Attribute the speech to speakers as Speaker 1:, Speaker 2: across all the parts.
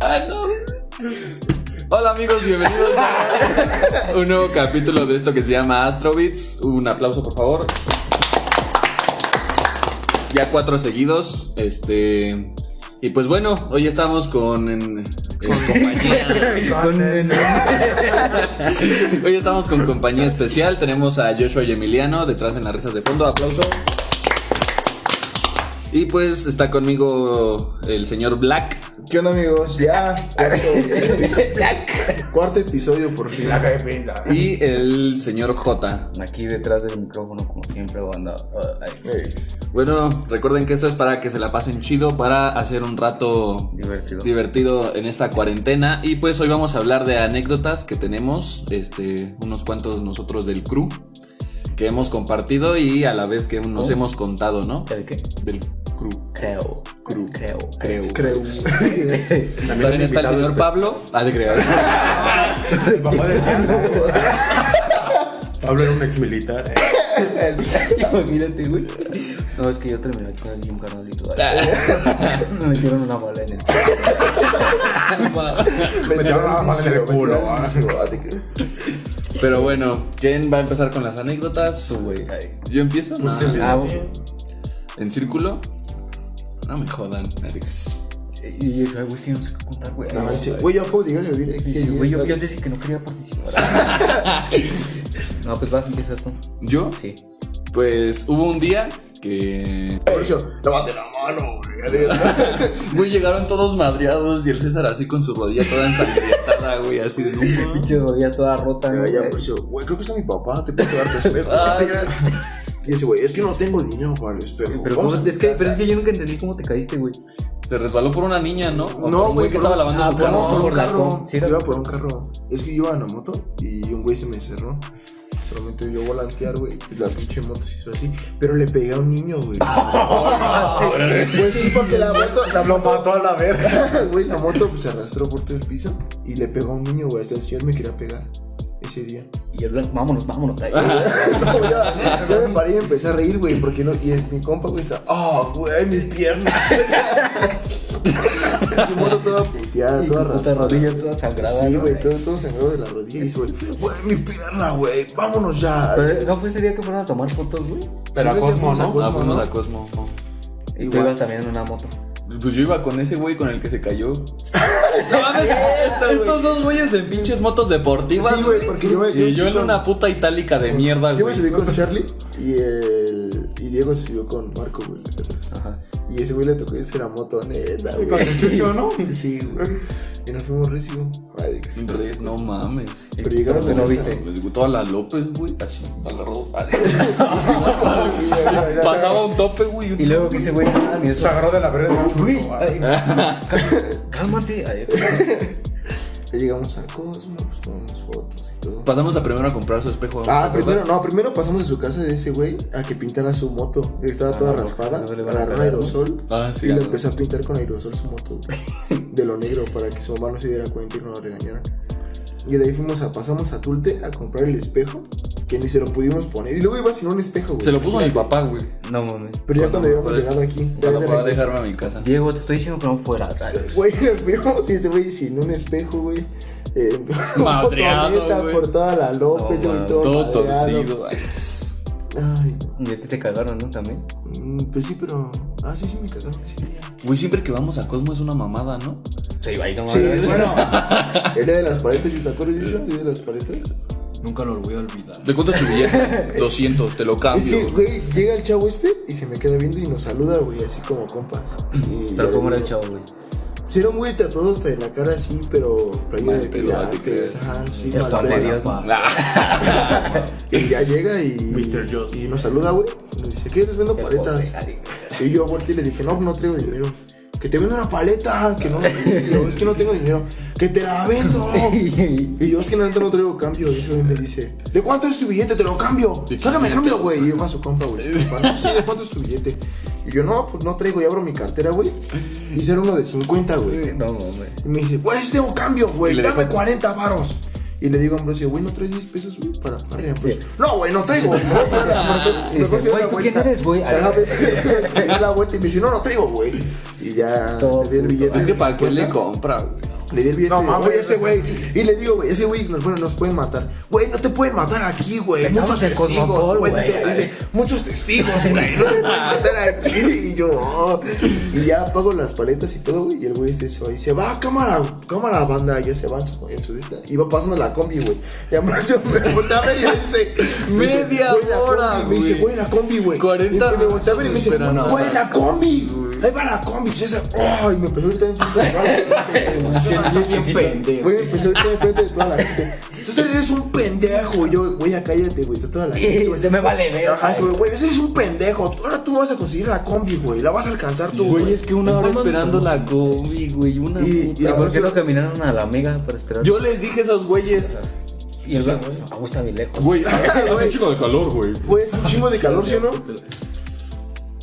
Speaker 1: Ah, no. Hola amigos, bienvenidos a un nuevo capítulo de esto que se llama Astrobits. Un aplauso por favor. Ya cuatro seguidos. Este. Y pues bueno, hoy estamos con. en- es- compañía. Hoy estamos con compañía especial. Tenemos a Joshua y Emiliano detrás en las risas de fondo. Aplauso. Y pues está conmigo el señor Black.
Speaker 2: ¿Qué onda amigos? Ya, cuarto, cuarto episodio por fin.
Speaker 1: Y el señor J.
Speaker 3: Aquí detrás del micrófono, como siempre, banda. Ay,
Speaker 2: Ex.
Speaker 1: Bueno, recuerden que esto es para que se la pasen chido, para hacer un rato
Speaker 3: divertido.
Speaker 1: divertido en esta cuarentena. Y pues hoy vamos a hablar de anécdotas que tenemos, este, unos cuantos nosotros del crew, que hemos compartido y a la vez que nos
Speaker 3: Oh.
Speaker 1: hemos contado, ¿no?
Speaker 3: ¿El qué?
Speaker 1: Del crew.
Speaker 3: Creo.
Speaker 1: Cru.
Speaker 3: Creo.
Speaker 1: Creo.
Speaker 2: Creo.
Speaker 1: También está el señor Pablo. Ah, de creer.
Speaker 4: El papá de Pablo. Pablo era un eh. ex militar.
Speaker 3: Imagínate, güey. No, es que yo terminé aquí en el gym, carnalito. Ay, Me metieron una bala en el.
Speaker 4: Me te hablaba mal en el culo. ah.
Speaker 1: Pero bueno, ¿quién va a empezar con las anécdotas?
Speaker 3: Güey, ay.
Speaker 1: ¿Yo empiezo? No.
Speaker 3: Ah, vos-
Speaker 1: ¿En círculo? No me jodan. Alex.
Speaker 3: Y yo, dije, ay, güey, que no sé qué contar, güey.
Speaker 2: No, dice, güey, yo acabo de llegar y me olvidé.
Speaker 3: Y
Speaker 2: que
Speaker 3: dice, güey, yo,
Speaker 2: llegué
Speaker 3: yo
Speaker 2: tarde".
Speaker 3: dije que no quería participar. no, pues vas, empiezas tú.
Speaker 1: ¿Yo?
Speaker 3: Sí.
Speaker 1: Pues hubo un día que.
Speaker 2: Por eso, lávate la mano, güey.
Speaker 1: Güey, llegaron todos madreados y el César así con su rodilla toda ensangrentada, güey, así de humo.
Speaker 3: Pinche rodilla toda rota, eh,
Speaker 2: Ya,
Speaker 3: güey.
Speaker 2: ya, pues, por eso, güey, creo que está mi papá, te puedo llevar tu espejo.
Speaker 3: Ah,
Speaker 1: Ay,
Speaker 2: Y ese güey, es que no tengo dinero para el espejo.
Speaker 3: Pero,
Speaker 2: Vamos
Speaker 3: ¿cómo-
Speaker 2: a-
Speaker 3: es que, pero es que yo nunca entendí cómo te caíste, güey.
Speaker 1: Se resbaló por una niña, ¿no? O por
Speaker 2: No,
Speaker 1: un
Speaker 2: güey,
Speaker 1: que
Speaker 2: por
Speaker 1: estaba
Speaker 2: un-
Speaker 1: lavando
Speaker 3: ah,
Speaker 1: su
Speaker 3: por un-
Speaker 1: carro.
Speaker 2: por un
Speaker 3: por la
Speaker 2: carro.
Speaker 3: com- sí, era-
Speaker 2: iba por un carro. Es que yo iba en la moto y un güey se me cerró. Solamente yo volantear, güey. y La pinche moto se hizo así. Pero le pegué a un niño, güey. pues sí, porque la moto. La
Speaker 4: Lo mató a la verga.
Speaker 2: Güey, la moto pues, se arrastró por todo el piso y le pegó a un niño, güey. Hasta el señor me quería pegar ese día.
Speaker 3: Y el blanco, vámonos, vámonos. Ay,
Speaker 2: No, ya, yo me paré y me empecé a reír, güey, porque no. Y mi compa, güey, está. ¡Oh, güey, mi pierna! Mi moto toda puteada,
Speaker 3: Y
Speaker 2: toda
Speaker 3: tu puta
Speaker 2: raspada.
Speaker 3: rodilla toda sangrada,
Speaker 2: Sí,
Speaker 3: ¿no?
Speaker 2: güey, todo, todo sangrado de la rodilla. Y dice, güey, güey, mi pierna, güey, vámonos ya.
Speaker 3: Pero no fue ese día que fueron a tomar fotos, güey.
Speaker 4: Pero a
Speaker 2: Sí,
Speaker 4: Cosmo,
Speaker 2: sí, sí,
Speaker 4: ¿no?
Speaker 2: sí,
Speaker 1: Ah,
Speaker 2: sí,
Speaker 1: fuimos
Speaker 2: ¿no?
Speaker 1: a Cosmo.
Speaker 3: Y tú
Speaker 2: Igual.
Speaker 3: ibas también en una moto.
Speaker 1: Pues yo iba con ese güey con el que se cayó. no mames, estos dos güeyes en pinches motos deportivas.
Speaker 2: Sí, güey, porque yo me-
Speaker 1: Y yo en
Speaker 2: con-
Speaker 1: una puta itálica de mierda,
Speaker 2: Yo me
Speaker 1: güey.
Speaker 2: subí con Charlie y, el, y Diego se subió con Marco, güey. la verdad.
Speaker 3: Ajá.
Speaker 2: Y ese güey le tocó irse la moto, neta,
Speaker 4: Con
Speaker 2: güey.
Speaker 4: el chucho, ¿no?
Speaker 2: Sí, güey. Y nos fuimos recibo. Ay, que sí.
Speaker 1: Re- No mames.
Speaker 2: Pero llegaron
Speaker 3: Pero
Speaker 2: con
Speaker 3: no
Speaker 2: esa-
Speaker 3: viste.
Speaker 1: Me toda la López, güey, así, a la ropa.
Speaker 2: Ay,
Speaker 1: Pasaba un tope, güey. un-
Speaker 3: Y luego que ese güey, nada, ni
Speaker 4: Se
Speaker 3: eso.
Speaker 4: agarró de la ah, verga.
Speaker 2: Ah, Güey.
Speaker 4: Ay,
Speaker 3: Cálmate. Ay,
Speaker 2: Ya llegamos a Cosmo, pues tomamos fotos y todo.
Speaker 1: Pasamos a primero a comprar su espejo.
Speaker 2: Ah,
Speaker 1: ¿verdad?
Speaker 2: primero, no, primero pasamos de su casa de ese güey a que pintara su moto. Estaba toda
Speaker 3: Ah, no,
Speaker 2: raspada,
Speaker 3: pues, no le van a
Speaker 2: agarró un
Speaker 3: pegar, ¿no?
Speaker 2: aerosol
Speaker 1: Ah, sí,
Speaker 2: y le
Speaker 1: ganó.
Speaker 2: empezó a pintar con aerosol su moto güey, de lo negro para que su mamá no se diera cuenta y no lo regañara. Y de ahí fuimos a, pasamos a Tulte a comprar el espejo, que ni se lo pudimos poner. Y luego iba sin un espejo, güey.
Speaker 1: Se lo puso mi papá, güey.
Speaker 3: No mames.
Speaker 2: Pero ya
Speaker 1: Cuando
Speaker 2: cuando habíamos
Speaker 1: fue-
Speaker 2: llegado aquí, ya
Speaker 1: Cuando
Speaker 2: de
Speaker 1: fue a
Speaker 2: regreso.
Speaker 1: dejarme a mi casa.
Speaker 3: Diego, te estoy diciendo que no fueras. Ay,
Speaker 2: Güey, nos fuimos y este güey sin un espejo, güey. Eh,
Speaker 1: Madreado,
Speaker 2: motoneta
Speaker 1: güey.
Speaker 2: por toda la López,
Speaker 3: No,
Speaker 2: güey,
Speaker 3: man,
Speaker 2: todo,
Speaker 1: Todo
Speaker 2: pues, madreado.
Speaker 1: torcido. ay.
Speaker 2: Ay, no.
Speaker 3: Y a ti te cagaron, ¿no? También.
Speaker 2: Mm, Pues sí, pero. Ah, sí, sí, me cagaron. Sí, ya.
Speaker 1: Güey, siempre que vamos a Cosmo es una mamada, ¿no?
Speaker 3: Sí, ahí no
Speaker 2: sí
Speaker 3: mames.
Speaker 2: bueno. Era de las paletas, ¿y ¿te acuerdas, Joshua? Era de las paletas.
Speaker 5: Nunca lo voy a olvidar.
Speaker 1: ¿De cuánto es tu billete? 200, te lo
Speaker 2: Es que,
Speaker 1: cambio.
Speaker 2: güey, llega el chavo este y se me queda viendo y nos saluda, güey, así como compas. Y ya
Speaker 3: Pero
Speaker 2: le
Speaker 3: cómo era el
Speaker 2: digo,
Speaker 3: chavo, güey.
Speaker 2: Sí, era un güey tatuado hasta de la cara, sí, pero. Playera
Speaker 1: Mal
Speaker 2: de
Speaker 1: pedo, ha de
Speaker 2: pirates.
Speaker 1: creer.
Speaker 2: Ajá, sí,
Speaker 3: El
Speaker 2: mal
Speaker 3: pan de
Speaker 2: pedo.
Speaker 3: Dios, ¿no?
Speaker 1: Ah,
Speaker 2: Y ya llega y,
Speaker 4: Mr. Joss.
Speaker 2: y nos saluda, güey. Y nos dice, ¿qué? Les vendo
Speaker 3: El
Speaker 2: paletas.
Speaker 3: José, ay,
Speaker 2: Y yo volteé y le dije, no, no traigo dinero. Que te vendo una paleta. Que no, Y yo, es que no tengo dinero. Que te la vendo. Y yo, es que no, no traigo cambio. Y ese güey me dice, ¿de cuánto es tu billete? Te lo cambio.
Speaker 1: ¿De
Speaker 2: Sácame
Speaker 1: 500?
Speaker 2: cambio, güey. Y yo, más su compa, güey. su compa, "No, Sí, ¿de cuánto es tu billete? Y yo, no, pues no traigo. Y abro mi cartera, güey. Y será uno de 50, güey.
Speaker 3: No mames.
Speaker 2: Y me dice, pues tengo cambio, güey,
Speaker 1: Y le
Speaker 2: dame
Speaker 1: dejó-
Speaker 2: 40 varos. Y le digo a Ambrosio, güey, ¿no traes 10 pesos, güey? Para pagar. Y Ambrosio, no, güey, no traigo.
Speaker 3: Y dice, "Güey, ¿tú quién eres, güey?"
Speaker 2: A la vez me di la vuelta y me dice, no, no traigo, güey. Y ya
Speaker 3: Todo
Speaker 2: le di el billete.
Speaker 1: Es que
Speaker 2: de
Speaker 1: para qué le
Speaker 2: 50.
Speaker 1: compra, güey.
Speaker 2: Le di el billete.
Speaker 4: No,
Speaker 2: No,
Speaker 4: mames.
Speaker 2: mames, ese güey. Y le digo, güey, ese güey, nos, bueno, nos pueden matar. Güey, no te pueden matar aquí, güey.
Speaker 3: Estamos
Speaker 2: Muchos
Speaker 3: en
Speaker 2: testigos,
Speaker 3: Cosmopol,
Speaker 2: güey.
Speaker 3: güey.
Speaker 2: Dice, dice, muchos testigos, güey. No te pueden matar aquí. Y yo, oh. Y ya apago las paletas y todo, güey. Y el güey este se va y dice, va, cámara, cámara, banda. Y ya se va en su, en su esta. Y va pasando la combi, güey. Y a Mauricio me voltea a ver y me dice, me dice,
Speaker 1: Media
Speaker 2: güey, la combi.
Speaker 1: hora,
Speaker 2: Me dice,
Speaker 1: güey.
Speaker 2: güey, la combi, güey.
Speaker 1: 40
Speaker 2: Y me voltea a ver y me dice,
Speaker 1: minutos esperando.
Speaker 2: güey, la combi. Ahí va la combi. Y se hace, oh, y me empezó a gritar en su
Speaker 5: Estás bien pendejo.
Speaker 2: Güey, empezó a estar enfrente de toda la gente. Entonces eres un pendejo. Yo, güey, ya cállate, güey. Está toda la gente. güey.
Speaker 3: Se me vale ver.
Speaker 2: Ajá, eso, güey, güey, ese eres un pendejo. Ahora tú vas a conseguir la combi, güey. La vas a alcanzar tú,
Speaker 1: Güey,
Speaker 2: güey.
Speaker 1: es que una hora
Speaker 5: ¿Cuándo
Speaker 1: esperando
Speaker 5: nos
Speaker 1: la combi, güey. Una
Speaker 2: Y-
Speaker 1: puta.
Speaker 3: ¿Y por qué
Speaker 2: Ahora
Speaker 3: no
Speaker 2: sí-
Speaker 3: caminaron a la mega para esperar?
Speaker 1: Yo les dije a esos güeyes.
Speaker 3: Y el agua está bien lejos.
Speaker 1: Güey, hace un chico de calor, güey.
Speaker 2: Güey, es Pues, un chingo de calor, ¿sí o no?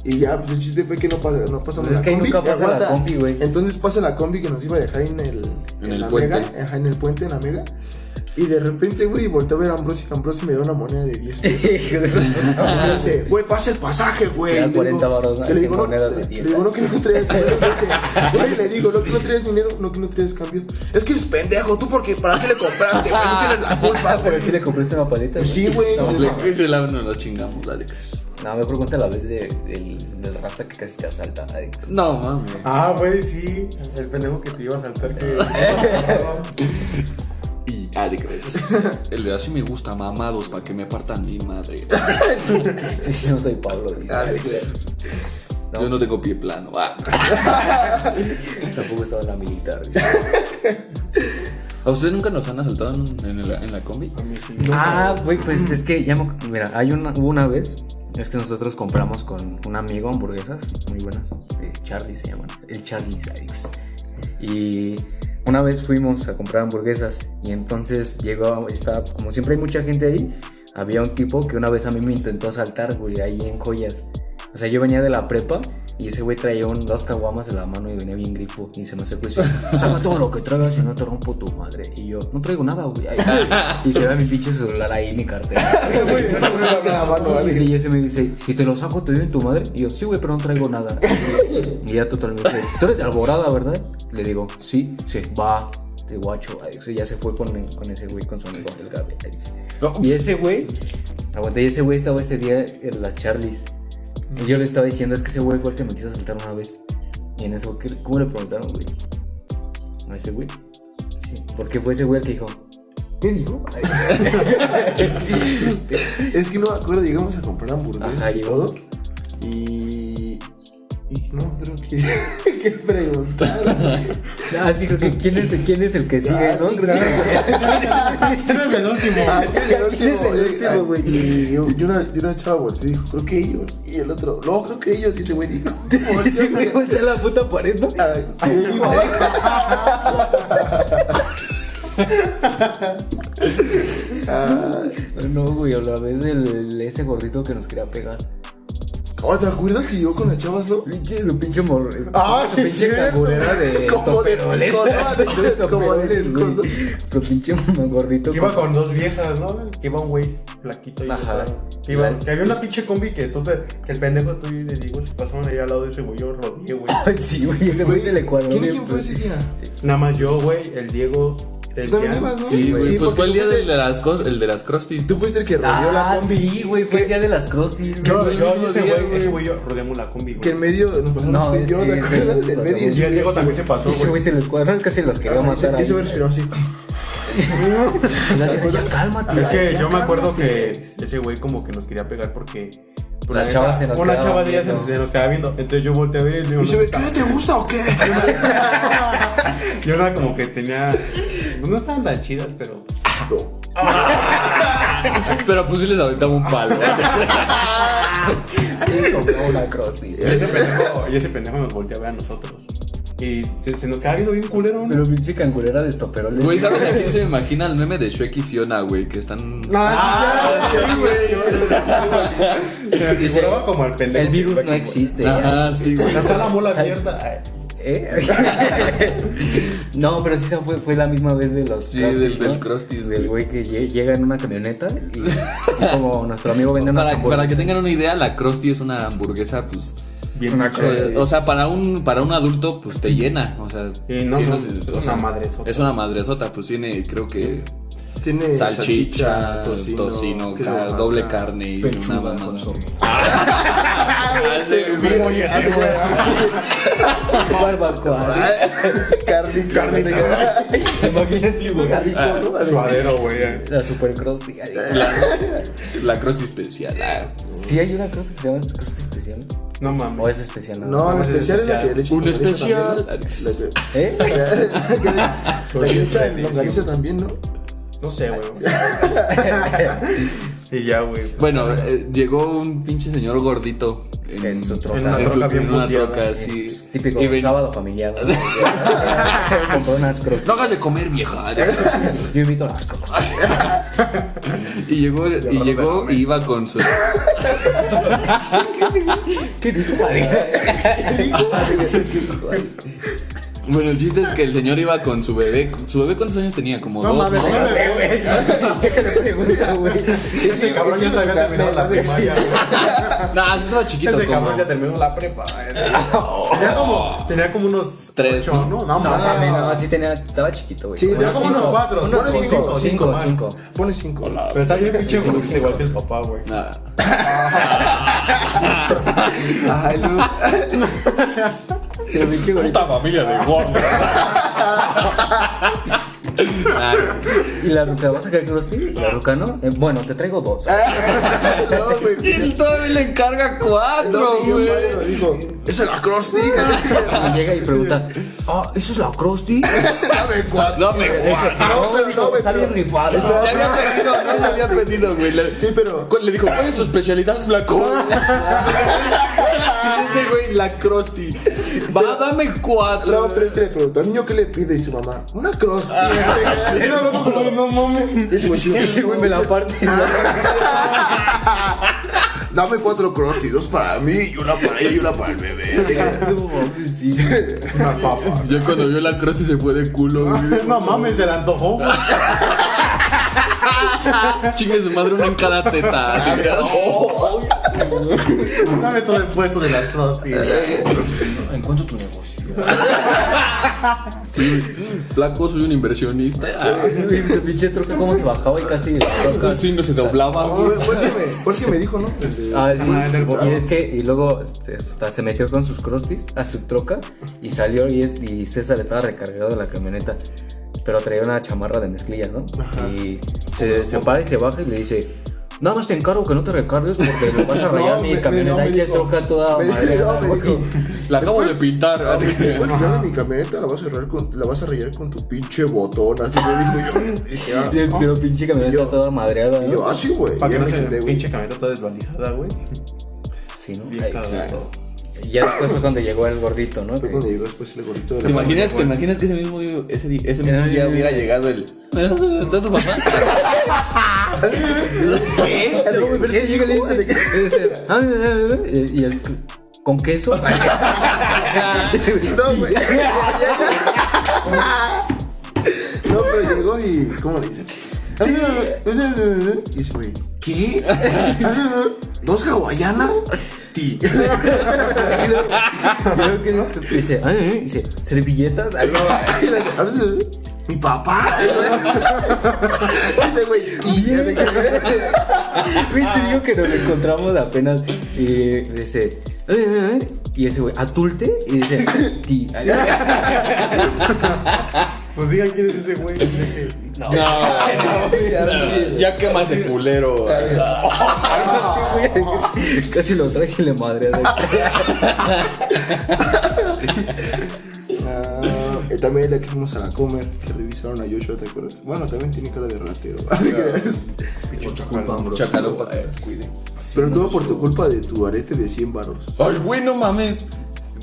Speaker 2: Y ya, pues el chiste fue que no, pasa, no pasamos
Speaker 3: Pues es
Speaker 2: la
Speaker 3: que
Speaker 2: combi.
Speaker 3: nunca pasa la
Speaker 2: aguanta.
Speaker 3: combi, güey.
Speaker 2: Entonces pasa la combi que nos iba a dejar en el,
Speaker 1: En el
Speaker 2: la
Speaker 1: puente.
Speaker 2: Mega, ajá, en el puente, en la mega. Y de repente, güey, volteé a ver a Ambrosio y Ambrosio me dio una moneda de 10 pesos. Y me dice, güey, pasa el pasaje, güey.
Speaker 3: Te da
Speaker 2: Y le
Speaker 3: 40
Speaker 2: digo-
Speaker 3: varos, ¿no?
Speaker 2: y le digo,
Speaker 3: Cien
Speaker 2: no,
Speaker 3: monedas de
Speaker 2: le-
Speaker 3: diez.
Speaker 2: le digo, no, que no traes. Güey, le digo, no, que no traes dinero, no, que no traes cambio. Es que eres pendejo, tú, porque ¿para qué le compraste, güey? No tienes la culpa,
Speaker 3: Ah, pero
Speaker 2: güey.
Speaker 3: si le compraste una paleta.
Speaker 2: Pues sí, güey.
Speaker 3: No,
Speaker 2: le-
Speaker 1: Ese la no la chingamos, Alex.
Speaker 3: No, mejor cuenta la vez de- del, del rasta que casi te asalta. Ay,
Speaker 1: No, mami.
Speaker 4: Ah, güey, sí. El pendejo que te iba a saltar. Que...
Speaker 1: Y Alex. El de así me gusta, mamados, para que me apartan mi madre.
Speaker 3: Sí, sí, no soy Pablo. dice.
Speaker 2: Ah, de-
Speaker 1: Yo no tengo pie plano. Ah.
Speaker 3: Tampoco estaba en la militar. dice.
Speaker 1: ¿A ustedes nunca nos han asaltado en, en la, en la combi?
Speaker 4: A mí sí.
Speaker 3: Ah, güey, pues es que ya me, mira, hay una, hubo una vez, es que nosotros compramos con un amigo hamburguesas muy buenas, de Charlie se llaman, el Charlie Sykes. Y una vez fuimos a comprar hamburguesas y entonces llegó, estaba, como siempre hay mucha gente ahí, había un tipo que una vez a mí me intentó asaltar, güey, ahí en joyas. O sea, yo venía de la prepa y ese güey traía un, dos caguamas en la mano y venía bien grifo y se me acercó y dice, saca todo lo que traigas y no te rompo tu madre. Y yo, no traigo nada, güey. Ay, ay. Y se ve mi pinche celular ahí, mi cartera. Y sí, ese me dice, ¿y te lo saco te doy en tu madre? Y yo, sí, güey, pero no traigo nada. Y ya totalmente, tú eres de Alborada, ¿verdad? Le digo, sí, sí, va, de guacho. Ay, o sea, ya se fue con, con ese güey, con su amigo, el Gabe. Ay, dice. Y ese güey, aguanté, y ese güey estaba ese día en las Charlies. Y yo le estaba diciendo, es que ese güey fue el que me quiso asaltar una vez. Y en eso, ¿qué- ¿cómo le preguntaron, güey? ¿A ese güey? Sí. Porque fue ese güey el que dijo, ¿qué dijo? Ay.
Speaker 2: Es que no me acuerdo, llegamos a comprar hamburguesas
Speaker 3: Ajá,
Speaker 2: y
Speaker 3: llegó.
Speaker 2: todo. Y. Y no creo que. ¿Qué pregunta?
Speaker 3: Ah, sí, creo que quién es, quién es el que sigue, ¿no?
Speaker 4: Ese es el último.
Speaker 2: Ah, ¿quién es
Speaker 3: ¿Quién es el último,
Speaker 2: Ay,
Speaker 3: güey?
Speaker 2: Y yo, yo una, yo una chava volteó y dijo, creo que ellos. Y el otro, no, creo que ellos. Y ese güey dijo, volteó
Speaker 3: Sí,
Speaker 2: y
Speaker 3: güey,
Speaker 2: dijo,
Speaker 3: voltea la puta pared, ¿no?
Speaker 2: "Ay, ¿qué dijo?"
Speaker 3: No, güey, a la vez el, el- ese gordito que nos quería pegar.
Speaker 2: Oh, ¿Te acuerdas que yo con las chavas, no?
Speaker 3: Pinche, su pinche morro.
Speaker 2: Ah,
Speaker 3: su
Speaker 2: sí,
Speaker 3: pinche
Speaker 2: cierto.
Speaker 3: cangurera de
Speaker 2: Como de
Speaker 3: estoperoles.
Speaker 2: pico, ¿no?
Speaker 3: De los
Speaker 2: Como de
Speaker 3: estoperoles,
Speaker 2: pico, ¿no?
Speaker 3: güey. Pero pinche gordito.
Speaker 4: Que iba
Speaker 3: con-
Speaker 4: con dos viejas, ¿no? Que iba un güey flaquito y
Speaker 3: Ajá.
Speaker 4: otra. Que, iba-
Speaker 3: La-
Speaker 4: que había una pinche combi que tú te, que el pendejo tuyo y le digo, se pasaron ahí al lado de ese güey, yo rodeé, güey.
Speaker 3: Ay, sí, güey, ese güey se le cuadró.
Speaker 2: ¿Quién,
Speaker 3: bien,
Speaker 2: ¿Quién fue
Speaker 3: pues.
Speaker 2: ese día?
Speaker 4: Nada más yo, güey, el Diego, el
Speaker 2: Tú también
Speaker 4: Jan.
Speaker 2: ibas, ¿no?
Speaker 1: Sí, güey. pues
Speaker 2: porque
Speaker 1: fue el
Speaker 2: tú
Speaker 1: día
Speaker 2: fuiste-
Speaker 1: del de las, cos- el de las crostis.
Speaker 2: Tú fuiste el que rodeó
Speaker 3: Ah,
Speaker 2: la combi.
Speaker 3: sí, güey, fue el día de las crostis. güey.
Speaker 4: Yo,
Speaker 1: el
Speaker 4: yo,
Speaker 1: mismo
Speaker 4: ese
Speaker 1: día,
Speaker 4: güey,
Speaker 1: güey.
Speaker 4: ese güey, yo rodeamos la combi,
Speaker 2: Que en
Speaker 4: güey.
Speaker 2: medio nos pasamos
Speaker 3: No,
Speaker 2: tú y yo,
Speaker 3: sí,
Speaker 2: ¿te
Speaker 3: sí,
Speaker 2: acuerdas?
Speaker 3: nos
Speaker 2: Del medio
Speaker 4: Y el
Speaker 2: sí,
Speaker 4: Diego
Speaker 2: sí,
Speaker 4: también se pasó,
Speaker 3: Ese güey
Speaker 4: güey.
Speaker 3: se les cuadró, casi los quería matar
Speaker 2: Ese-
Speaker 3: ahí.
Speaker 2: Ah, ese güey respiró así.
Speaker 3: Y las dije, "Ya cálmate.
Speaker 4: Es que
Speaker 2: Ya
Speaker 4: yo me acuerdo
Speaker 2: cálmate.
Speaker 4: que ese güey como que nos quería pegar porque...
Speaker 3: Las
Speaker 4: una-
Speaker 3: chavas se nos
Speaker 4: Una
Speaker 3: quedaban
Speaker 4: chava de ellas se
Speaker 3: viendo.
Speaker 4: nos, se nos quedaba viendo. Entonces yo volteé a ver y le digo...
Speaker 2: Y se
Speaker 4: "No,
Speaker 2: ve, ¿qué te gusta o qué?
Speaker 4: Yo era como que tenía. pues, No estaban tan chidas, pero.
Speaker 2: No.
Speaker 1: Pero pues sí les aventaba un palo.
Speaker 3: Sí, compró una crostis.
Speaker 4: Y ese pendejo, y ese pendejo nos voltea a ver a nosotros. Y te- se nos quedaba viendo bien culero, ¿no?
Speaker 3: Pero pinche cangurera de estoperoles.
Speaker 1: Güey, ¿sabes a quién se me imagina el meme de Shrek y Fiona, güey? Que están.
Speaker 4: Ah, sí, güey. Se me
Speaker 3: Dice,
Speaker 4: figuraba como el pendejo.
Speaker 3: El virus
Speaker 4: que iba
Speaker 3: no
Speaker 4: como-
Speaker 3: existe.
Speaker 1: Ajá, sí, güey.
Speaker 4: Está la mola
Speaker 3: ¿Sabes?
Speaker 4: abierta. Ay,
Speaker 3: ¿Eh? no, pero sí esa fue, fue la misma vez de los.
Speaker 1: Sí,
Speaker 3: crusties,
Speaker 1: del- del
Speaker 3: ¿no?
Speaker 1: crusties,
Speaker 3: Del güey que lle- llega en una camioneta y, y como nuestro amigo vende unas
Speaker 1: Para, para que
Speaker 3: hamburguesas.
Speaker 1: tengan una idea, la Krusty es una hamburguesa, pues,
Speaker 4: Bien
Speaker 3: Una
Speaker 4: dicho.
Speaker 3: cosa.
Speaker 1: Eh, o sea, para un, para un adulto, pues te llena. O sea,
Speaker 4: Y no,
Speaker 1: sí,
Speaker 4: no,
Speaker 1: no sé,
Speaker 4: es
Speaker 1: o
Speaker 4: una
Speaker 1: sea,
Speaker 4: madresota.
Speaker 1: Es una madresota, pues tiene, creo que
Speaker 2: Tiene
Speaker 1: salchicha, tocino,
Speaker 2: creo,
Speaker 1: ca-
Speaker 2: ajá.
Speaker 1: doble carne y una
Speaker 5: Pechuga
Speaker 1: mamada. Ah,
Speaker 5: con sopa.
Speaker 2: Ah,
Speaker 3: Barbacoa.
Speaker 2: Carne, carne,
Speaker 3: Imagínate, güey.
Speaker 2: Ah,
Speaker 4: Suadero, güey. eh.
Speaker 3: La super crusty.
Speaker 1: La crusty especial. ah.
Speaker 3: ¿Sí hay una cosa que se llama crusty especial?
Speaker 4: No
Speaker 3: ¿O
Speaker 4: mames.
Speaker 3: es especial? nada
Speaker 2: No,
Speaker 4: No,
Speaker 2: la
Speaker 4: es
Speaker 2: especial es la que
Speaker 4: especial.
Speaker 2: le echa
Speaker 1: Un
Speaker 2: longaniza
Speaker 1: especial.
Speaker 2: también, ¿no? La
Speaker 3: ¿Eh?
Speaker 2: que-
Speaker 4: Soy bien
Speaker 2: la que le echan
Speaker 4: feliz.
Speaker 2: longaniza también, ¿no?
Speaker 4: No sé, güey. y ya, güey.
Speaker 1: Bueno, eh, llegó un pinche señor gordito en,
Speaker 3: En su troca.
Speaker 1: en
Speaker 3: En una
Speaker 1: su-
Speaker 4: troca bien
Speaker 1: en una
Speaker 4: puteada.
Speaker 1: troca,
Speaker 4: Eh,
Speaker 1: sí.
Speaker 3: Es pues, Típico
Speaker 1: Y ven-
Speaker 3: sábado familiar. ¿no? Compró unas crusty.
Speaker 1: No hagas de comer, vieja.
Speaker 3: Yo invito a las crusty.
Speaker 1: Y llegó, y llegó y iba con su.
Speaker 3: ¿Qué dijo, María?
Speaker 1: Bueno, el chiste es que el señor iba con su bebé. ¿Su bebé cuántos años tenía? Como
Speaker 4: No
Speaker 1: dos.
Speaker 4: mames,
Speaker 1: ¿no?
Speaker 4: no me veo.
Speaker 3: Déjate pregunta, güey.
Speaker 4: Ese cabrón ya se había terminado la primaria. güey.
Speaker 1: No, sí estaba chiquito
Speaker 4: Ese
Speaker 1: como.
Speaker 4: cabrón ya terminó la prepa. eh. Tenía como, tenía como unos
Speaker 1: Tres,
Speaker 4: ocho,
Speaker 1: ¿no?
Speaker 4: ¿no? No,
Speaker 3: No, mami,
Speaker 4: mames.
Speaker 3: no, así tenía. Estaba chiquito, güey.
Speaker 2: Sí,
Speaker 4: Tenía como unos cuatro.
Speaker 2: Unos
Speaker 4: unos
Speaker 2: cinco,
Speaker 4: cinco, cinco,
Speaker 3: cinco,
Speaker 4: man.
Speaker 3: cinco.
Speaker 2: Pone cinco.
Speaker 4: Pero está bien pinche
Speaker 3: cinco,
Speaker 4: gordito,
Speaker 3: cinco.
Speaker 4: igual que el papá, güey.
Speaker 1: No.
Speaker 2: Ay, no.
Speaker 3: Pero pinche gordito.
Speaker 1: familia de gordos.
Speaker 3: ¿Y la ruca? ¿Vas a querer crusty? ¿Y la ruca no? Eh, bueno, te traigo dos.
Speaker 2: Ah. No, güey.
Speaker 1: Y él todavía le encarga cuatro,
Speaker 2: No, sí,
Speaker 1: güey.
Speaker 2: yo, güey, dijo, Es el acróstico.
Speaker 3: Y llega y pregunta, ah, ¿eso es la crusty?
Speaker 2: Dame cuatro.
Speaker 1: No me
Speaker 3: Ese
Speaker 1: cuatro.
Speaker 2: No, pero no,
Speaker 3: está
Speaker 2: pero-
Speaker 3: bien rifado.
Speaker 1: Ya había pedido, no se había pedido, güey. Le,
Speaker 2: Sí, pero.
Speaker 1: cu- le dijo, ¿cuál es tu especialidad, flaco? Y Ese güey, la crusty. Va, dame
Speaker 2: No,
Speaker 1: cuatro.
Speaker 2: pero es que le preguntó al niño qué le pide y su mamá, una cross. Ah.
Speaker 4: No, no, no, no mames.
Speaker 3: Ese güey me la parte.
Speaker 2: Dame cuatro cross y dos para mí y una para ella y una para el bebé.
Speaker 3: No, mames, sí.
Speaker 4: Una papa.
Speaker 1: Ya cuando vio la crusty se fue de culo, güey.
Speaker 4: No mames, se le antojó, güey.
Speaker 1: Chingue su madre una en cada teta. así.
Speaker 2: Oh,
Speaker 4: Dame todo el puesto de las crusty.
Speaker 5: Encuentro tu negocio.
Speaker 1: Flaco, soy un inversionista.
Speaker 3: Güey, Ese pinche truco cómo se bajaba y casi la troca.
Speaker 1: Así no se doblaba.
Speaker 2: Fue
Speaker 1: güey.
Speaker 2: fue el que me- fue el que me dijo, ¿no? El de-
Speaker 3: Ah,
Speaker 4: Ah, en el
Speaker 3: sí. Y es que, y luego este, hasta se metió con sus crustis a su troca y salió y, es- y César estaba recargado de la camioneta. Pero traía una chamarra de mezclilla, ¿no? Y se, se para y se baja y le dice. Nada más te encargo que no te recargues porque lo vas a rayar
Speaker 2: No,
Speaker 3: mi
Speaker 2: me-
Speaker 3: camioneta
Speaker 2: me- no,
Speaker 3: y
Speaker 2: me
Speaker 3: se
Speaker 2: dijo.
Speaker 3: troca toda
Speaker 2: Me dijo,
Speaker 3: madreada,
Speaker 2: me
Speaker 3: güey.
Speaker 2: dijo.
Speaker 1: La acabo de pintar.
Speaker 2: Bueno, ya de mi camioneta la vas a rayar con, la vas a rayar con tu pinche botón, así me dijo yo. Dije, ah,
Speaker 3: Y el- Pero pinche camioneta
Speaker 2: yo-
Speaker 3: toda madreada,
Speaker 2: y yo,
Speaker 3: ¿no?
Speaker 2: ah, sí, güey.
Speaker 4: Para que
Speaker 2: Ya
Speaker 4: no
Speaker 2: me
Speaker 4: se
Speaker 2: quedé, güey.
Speaker 4: pinche camioneta toda desvalijada, güey.
Speaker 3: Sí, ¿no?
Speaker 4: Bien
Speaker 3: Ay,
Speaker 4: cagado.
Speaker 3: Y ya después fue cuando llegó el gordito, ¿no?
Speaker 2: Fue cuando llegó después el gorrito de
Speaker 1: ¿Te
Speaker 2: la mamá.
Speaker 1: imaginas, ¿Te imaginas que ese mismo día, ese día, ese mismo día hubiera llegado el. ¿Está tu papá?
Speaker 3: ¿Qué? ¿Qué llega y le dice- le dice, "Ah, ah, ah", Y y el. ¿Con queso?
Speaker 2: No, güey. No, pero llegó y. ¿Cómo le dice? Y dice, güey, ¿qué? ¿Dos hawaianas? Ti.
Speaker 3: Y luego- y luego que no, dice, "Ah, ah", dice, servilletas. Ay, no,
Speaker 2: Mi papá. Dice, güey, ti.
Speaker 3: Güey, te digo que nos encontramos apenas. Y dice, "Ah, ah, ah", y ese güey, atulte. Y dice, ti. Ay,
Speaker 4: Pues digan quién es ese güey. Dije,
Speaker 1: No. Ya quema ese culero.
Speaker 3: güey, Casi lo traes y le madre.
Speaker 2: Ah, y también la que fuimos a la comer, que revisaron a Joshua, ¿te acuerdas? Bueno, también tiene cara de ratero.
Speaker 4: Pinche
Speaker 5: Culpa,
Speaker 4: chacal.
Speaker 5: bro.
Speaker 1: Chacalón para que las cuide.
Speaker 2: Pero todo por tu culpa de tu arete de 100 varos.
Speaker 1: Ay, güey, no mames.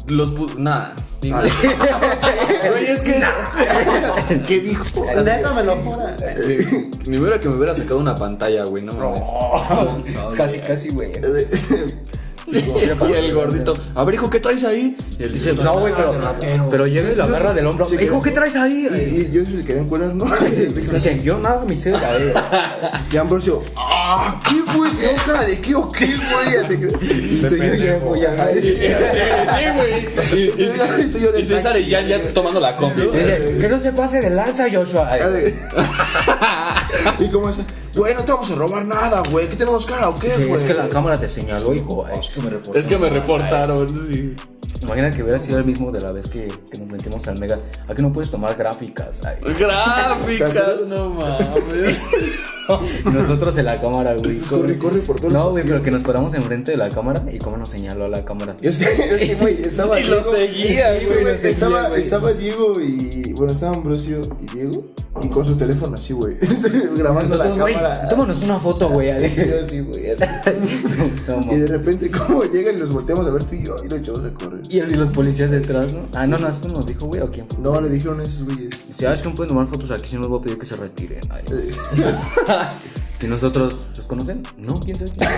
Speaker 1: Los pu... Nada. Ni-
Speaker 2: Ay.
Speaker 1: Güey, es que. es-
Speaker 2: ¿Qué dijo?
Speaker 4: Neta me lo jura.
Speaker 1: Ni ni hubiera que me hubiera sacado una pantalla, güey, no mames.
Speaker 3: Es casi, casi, güey.
Speaker 1: Y el gordito. A ver, hijo, ¿qué traes ahí? Y él dice,
Speaker 3: No, güey, pero, pero llega y lo agarra del hombro.
Speaker 2: Sí,
Speaker 3: Hijo,
Speaker 2: que-
Speaker 3: ¿qué traes ahí?
Speaker 2: Y, y yo se querían cuerar, ¿no?
Speaker 3: Dicen, yo nada, mi cel.
Speaker 2: y Ambrosio. ¡Ah! ¡Ah! ¿Qué, güey? ¿Tenemos cara de qué o qué, güey? Ya te creo.
Speaker 3: Y tú, yo ya,
Speaker 4: pendejo.
Speaker 3: güey, ya.
Speaker 1: Sí, güey. Y-
Speaker 2: Y tú
Speaker 1: Y,
Speaker 2: lloras
Speaker 1: y César y Jan ya tomando la combi.
Speaker 3: Dice, Que no se pase de lanza, Joshua.
Speaker 2: Ah,
Speaker 3: Ay,
Speaker 2: ¿Y cómo es? Güey, no te vamos a robar nada, güey. ¿Qué tenemos cara o qué,
Speaker 3: Sí,
Speaker 2: güey?
Speaker 3: es que la cámara te señaló, hijo. Ay,
Speaker 5: Es que me reportaron.
Speaker 1: Es que me reportaron. sí.
Speaker 3: Imagina que hubiera sido el mismo de la vez que, que nos metimos al Mega. Aquí no puedes tomar gráficas. ay.
Speaker 1: Gráficas, no mames.
Speaker 3: Y nosotros en la cámara, güey.
Speaker 2: Estos corre, corre por todo el
Speaker 3: No, güey, pero que nos paramos enfrente de la cámara y cómo nos señaló la cámara.
Speaker 2: Y es que, es que, güey, estaba
Speaker 1: Y lo seguía,
Speaker 2: Sí,
Speaker 1: güey,
Speaker 2: güey,
Speaker 1: lo seguía,
Speaker 2: estaba,
Speaker 1: güey.
Speaker 2: estaba Diego y. Bueno, estaban Ambrosio y Diego. Y con su teléfono así, güey. grabando
Speaker 3: Nosotros,
Speaker 2: la
Speaker 3: güey,
Speaker 2: cámara.
Speaker 3: tómanos una foto, güey.
Speaker 2: Y yo
Speaker 3: así.
Speaker 2: así, güey.
Speaker 3: No,
Speaker 2: Y de
Speaker 3: mames.
Speaker 2: repente, como llegan y los volteamos a ver tú y yo y los echamos a correr.
Speaker 3: y, el- y los policías detrás, ¿no? Ah, no, no, eso nos dijo, güey, ¿o quién? fue?
Speaker 2: No, le dijeron a esos güeyes.
Speaker 3: Dice, ah, es que no pueden tomar fotos aquí, si no les voy a pedir que se retiren. Ay. ¿Y nosotros los conocen? No, quién sabe quién.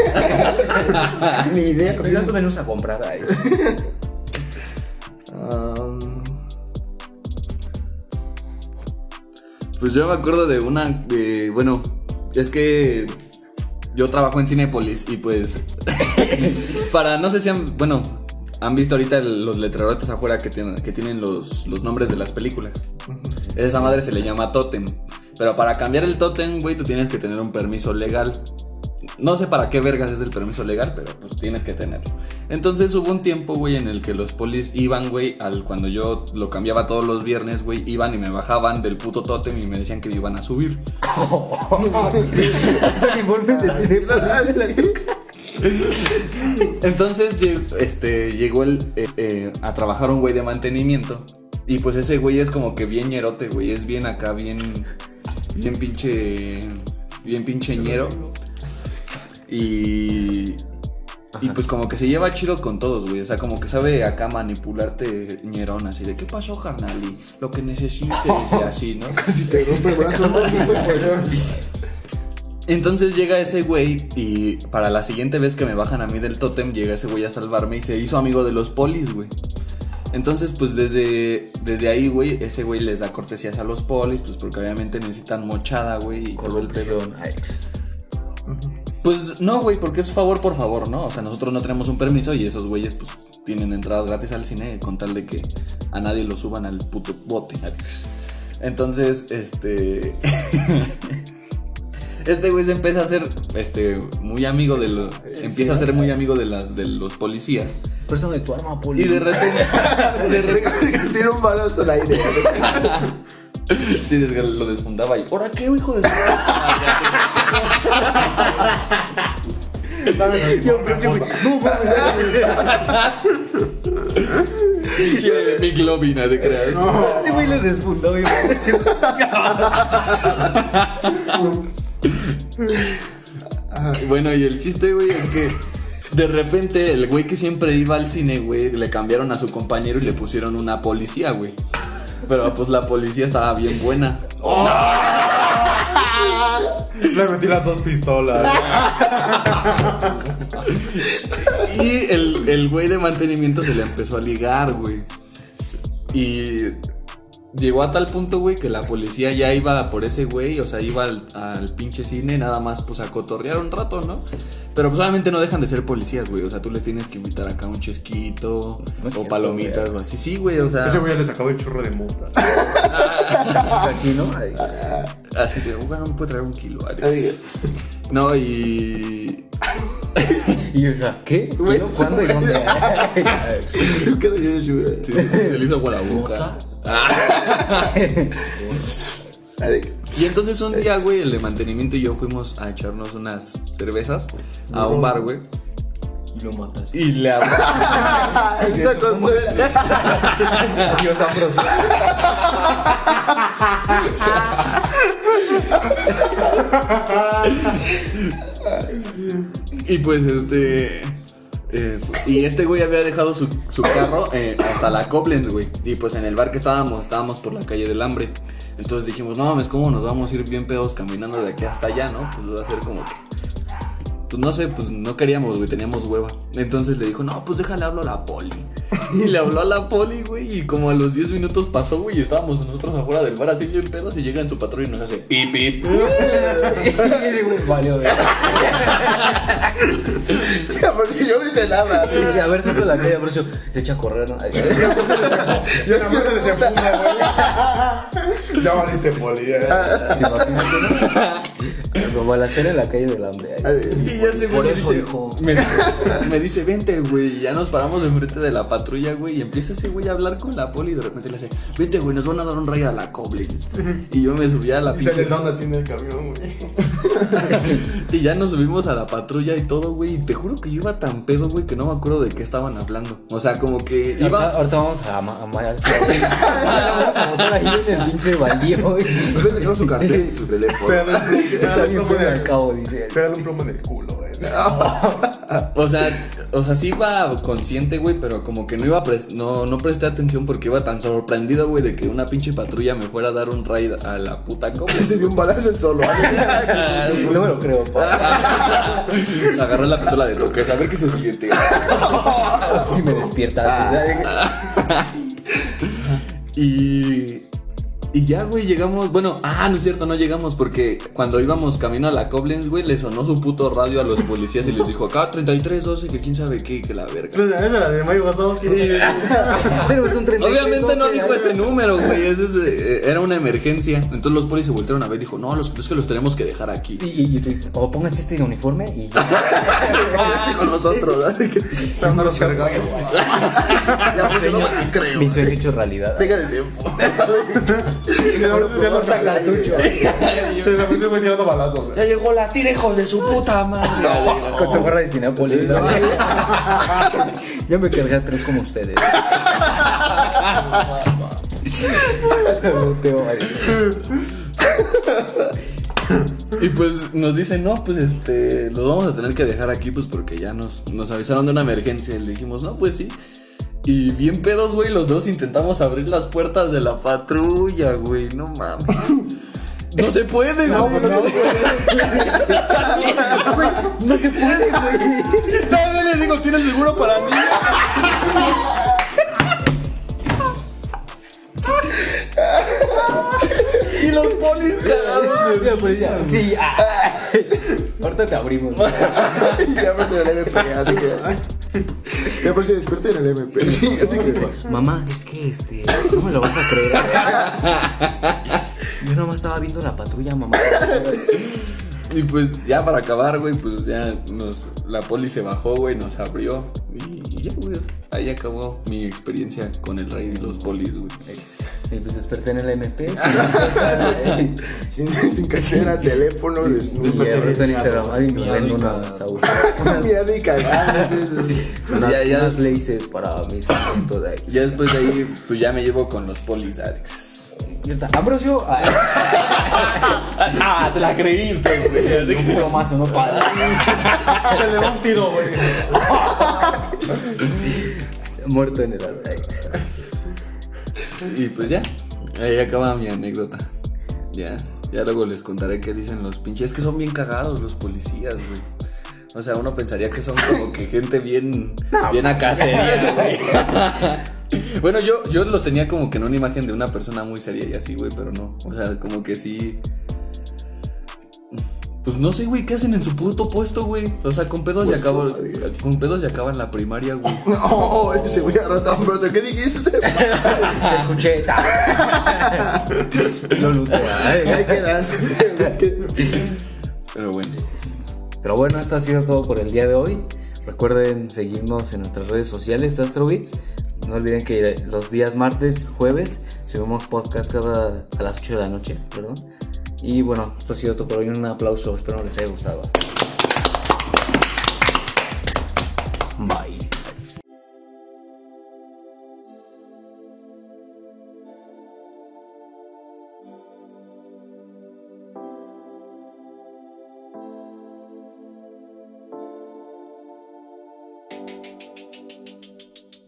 Speaker 2: Ah, Ni idea.
Speaker 3: Pero nosotros venimos a comprar. ay.
Speaker 2: Am,
Speaker 1: Pues yo me acuerdo de una. de- bueno, es que yo trabajo en Cinépolis y pues. para no sé si han. Bueno, han visto ahorita el- los letrerotes afuera que tienen, que tienen los, los nombres de las películas. Esa madre se le llama tótem. Pero para cambiar el tótem, güey, tú tienes que tener un permiso legal. No sé para qué vergas es el permiso legal, pero pues tienes que tenerlo. Entonces hubo un tiempo, güey, en el que los polis iban, güey, al cuando yo lo cambiaba todos los viernes, güey, iban y me bajaban del puto tótem y me decían que me iban a subir.
Speaker 3: O sea, que vuelven de cine.
Speaker 2: Ah,
Speaker 1: Entonces lle- este, llegó el, eh, eh, a trabajar un güey de mantenimiento. Y pues ese güey es como que bien ñerote, güey. Es bien acá, bien. Bien pinche. Bien pinche ñero. Y. Y pues como que se lleva chido con todos, güey. O sea, como que sabe acá manipularte ñerón, así de ¿qué pasó, carnal? Y lo que necesites, y así, ¿no?
Speaker 2: Si te rompe el brazo, no, güey.
Speaker 1: Entonces llega ese güey y para la siguiente vez que me bajan a mí del tótem, llega ese güey a salvarme y se hizo amigo de los polis, güey. Entonces, pues desde, desde ahí, güey, ese güey les da cortesías a los polis, pues porque obviamente necesitan mochada, güey, y todo el pedo.
Speaker 3: Corrupción, ay.
Speaker 1: Pues no, güey, porque es favor por favor, ¿no? O sea, nosotros no tenemos un permiso y esos güeyes, pues, tienen entradas gratis al cine con tal de que a nadie lo suban al puto bote. adiós. Entonces, este. este güey se empieza a hacer, este, muy amigo de los. Empieza a ser muy amigo de, las, de los policías.
Speaker 3: Préstame tu arma, poli.
Speaker 1: Y de repente. de repente
Speaker 2: Tira un balazo al aire.
Speaker 1: sí, desga- lo desfundaba y. ¡Hora qué, hijo de.!
Speaker 3: Yo, pero sí, güey. No, güey.
Speaker 1: Chile de mi globina, de creas.
Speaker 3: Este güey le desfundó, güey. Sí, güey.
Speaker 1: Bueno, y el chiste, güey, es que de repente el güey que siempre iba al cine, güey, le cambiaron a su compañero y le pusieron una policía, güey. Pero pues la policía estaba bien buena.
Speaker 4: Le metí las dos pistolas.
Speaker 1: Y el, el güey de mantenimiento se le empezó a ligar, güey. Y llegó a tal punto, güey, que la policía ya iba por ese güey, o sea, iba al, al pinche cine, nada más, pues a cotorrear un rato, ¿no? Pero pues obviamente no dejan de ser policías, güey. O sea, tú les tienes que invitar acá un chesquito
Speaker 3: No es
Speaker 1: o
Speaker 3: cierto,
Speaker 1: palomitas
Speaker 3: güey.
Speaker 1: o así. Sí, güey, o sea.
Speaker 4: Ese güey le sacaba el churro de mota.
Speaker 3: Así, ¿no? Ay.
Speaker 1: Así de, "Uga, no me puede traer un kilo. Alex".
Speaker 2: Ay.
Speaker 1: No, y.
Speaker 3: Y yo, o sea, ¿qué? ¿Qué?
Speaker 2: Güey,
Speaker 3: no? ¿Cuándo y dónde? Ay.
Speaker 2: Yo quedo yo de chula.
Speaker 1: sí, se le hizo agua la boca.
Speaker 2: Ay,
Speaker 1: Y entonces un día, güey, el de mantenimiento y yo fuimos a echarnos unas cervezas a un bar, güey.
Speaker 5: Y lo matas.
Speaker 1: Y le hablamos.
Speaker 2: está con-
Speaker 3: Adiós, Ambrosio.
Speaker 1: Y pues este. eh, fu- y este güey había dejado su, su carro eh, hasta la Koblenz, güey. Y pues en el bar que estábamos, estábamos por la calle del hambre. Entonces dijimos, no mames, ¿cómo nos vamos a ir bien pedos caminando de aquí hasta allá, no? Pues va a ser como que. pues no sé, pues no queríamos, güey, teníamos hueva. Entonces le dijo, no, pues déjale hablo a la poli. Y le habló a la poli, güey, y como a los 10 minutos pasó, güey, y estábamos nosotros afuera del bar así bien pedos y llega en su patrulla y nos hace pip, pip.
Speaker 3: Y ese güey, valió, güey.
Speaker 2: Porque yo no hice nada.
Speaker 3: Y A ver, siempre la calle, por eso se echa a correr, ¿no?
Speaker 2: Yo
Speaker 4: Esa madre se fuma, güey. Ya valiste poli, eh.
Speaker 3: Sí, imagínate, ¿no? Balacera en la calle del hambre. ahí.
Speaker 1: Y ya se
Speaker 5: Por
Speaker 1: me
Speaker 5: eso,
Speaker 1: dice,
Speaker 5: hijo.
Speaker 1: me, me dice, vente, güey. Y ya nos paramos de frente de la patrulla, güey. Y empieza ese güey a hablar con la poli. Y de repente le hace, vente, güey, nos van a dar un raid a la Coblins. Y yo me subí a la
Speaker 4: Y se
Speaker 1: pinche.
Speaker 4: les dan así en el camión, güey.
Speaker 1: Y ya nos subimos a la patrulla y todo, güey. Y te juro que yo iba tan pedo, güey, que no me acuerdo de qué estaban hablando. O sea, como que
Speaker 3: Ahorita,
Speaker 1: iba.
Speaker 3: ahorita vamos a ma- a ma- Vamos a botar ahí en el pinche baldío. güey.
Speaker 2: le sacaron su cartel y su teléfono.
Speaker 3: Está
Speaker 4: Pégale un
Speaker 3: bien
Speaker 4: plomo
Speaker 3: pedo
Speaker 4: en
Speaker 3: al
Speaker 4: el-
Speaker 3: cabo, dice. él.
Speaker 4: pégale un plomo en el culo, eh. güey.
Speaker 1: O sea, o sea, sí iba consciente, güey, pero como que no iba a pres- no, no presté atención porque iba tan sorprendido, güey, de que una pinche patrulla me fuera a dar un raid a la puta Coblins.
Speaker 2: Se vio un balazo en solo.
Speaker 3: No me lo creo, pa.
Speaker 1: Agarré la pistola de toque, a ver qué se siente.
Speaker 3: Si me despierta. antes, ¿sabes?
Speaker 1: Y. Y ya, güey, llegamos. Bueno, ah, no es cierto, no llegamos porque cuando íbamos camino a la Koblenz, güey, le sonó su puto radio a los policías y les dijo acá 3312, que quién sabe qué, que la verga.
Speaker 4: Entonces, esa es la de Mayo Wazowski.
Speaker 3: Pero es un 33,
Speaker 1: Obviamente no
Speaker 3: 12,
Speaker 1: dijo
Speaker 3: ahí.
Speaker 1: ese número, güey. ese es, eh, era una emergencia. Entonces los polis se voltearon a ver y dijo, no, los, es que los tenemos que dejar aquí.
Speaker 3: Y, y, y tú dices, o pónganse este uniforme y ya.
Speaker 2: Con nosotros, ¿verdad? De que-
Speaker 4: Se andan los cargados.
Speaker 2: Ya, porque no
Speaker 3: Sueño-
Speaker 2: me creo.
Speaker 3: Mi sueño hecho realidad.
Speaker 2: Deja de tiempo.
Speaker 4: Y de repente ya no
Speaker 3: Corta
Speaker 4: saca
Speaker 3: cartucho.
Speaker 4: Y de repente voy tirando balazos, eh. güey.
Speaker 1: Ya llegó la tira, hijos de su puta madre.
Speaker 3: Con su gorra de Cinépolis. ¿no? ya me cargué a tres como ustedes. No te vayas.
Speaker 1: Y pues nos dicen, no, pues este, los vamos a tener que dejar aquí, pues porque ya nos, nos avisaron de una emergencia. Y le dijimos, no, pues sí. Y bien pedos, güey, los dos intentamos abrir las puertas de la patrulla, güey, no mames. No se puede, güey.
Speaker 3: no, Güey, no se puede, güey.
Speaker 1: Todavía le digo, ¿tienes seguro para mí? y los polis cagados.
Speaker 3: Mira, pues ya, Sí, ah. Ahorita te abrimos.
Speaker 2: Ya me en el MP. ya, de que- ay. Ya por si despierta en el MP. Sí, así que.
Speaker 3: Mamá, es que este. No me lo vas a creer. Yo nomás estaba viendo la patrulla, mamá.
Speaker 1: Y pues ya para acabar, güey, pues ya nos, la poli se bajó, güey, nos abrió. Y ya, güey, ahí acabó mi experiencia con el rey y los polis, güey.
Speaker 3: Y pues desperté en el MP.
Speaker 2: Sin, sin cartera, teléfono,
Speaker 3: Y ahorita
Speaker 2: desnudo.
Speaker 3: en Instagram, ay, me
Speaker 5: Miedo
Speaker 3: vendo
Speaker 5: y
Speaker 3: una
Speaker 5: cagado.
Speaker 3: saúcha.
Speaker 2: Miedo y cagado.
Speaker 3: Unas,
Speaker 1: ya, ya.
Speaker 3: unas laces para mis momentos de ahí.
Speaker 1: Ya después de ahí, pues ya me llevo con los polis, Alex.
Speaker 3: Y ahorita, Ambrosio. Ah,
Speaker 1: Ah, te la creíste,
Speaker 3: un plomazo, no padre.
Speaker 4: Se le va un tiro, güey.
Speaker 3: Muerto en el Alex.
Speaker 1: Y pues ya, ahí acaba mi anécdota. Ya, ya luego les contaré qué dicen los pinches. Es que son bien cagados los policías, güey. O sea, uno pensaría que son como que gente bien, bien acasería, güey. Bueno, yo, yo los tenía como que en una imagen de una persona muy seria y así, güey, pero no. O sea, como que sí. Pues no sé, güey, ¿qué hacen en su puto puesto, güey? O sea, con pedos ya
Speaker 2: Puesto,
Speaker 1: acabo.
Speaker 2: madre.
Speaker 1: Con pedos ya acaban la primaria, güey.
Speaker 2: No, ese güey agarró a Ambrosio. ¿Qué dijiste?
Speaker 3: Te escuché. ta. Lo luté.
Speaker 2: Ahí quedaste.
Speaker 1: Pero bueno.
Speaker 3: Pero bueno, esto ha sido todo por el día de hoy. Recuerden seguirnos en nuestras redes sociales, Astrobits. No olviden que los días martes, jueves, subimos podcast cada a las 8 de la noche, perdón. Y bueno, esto ha sido todo por hoy. Un aplauso, espero les haya gustado. Bye.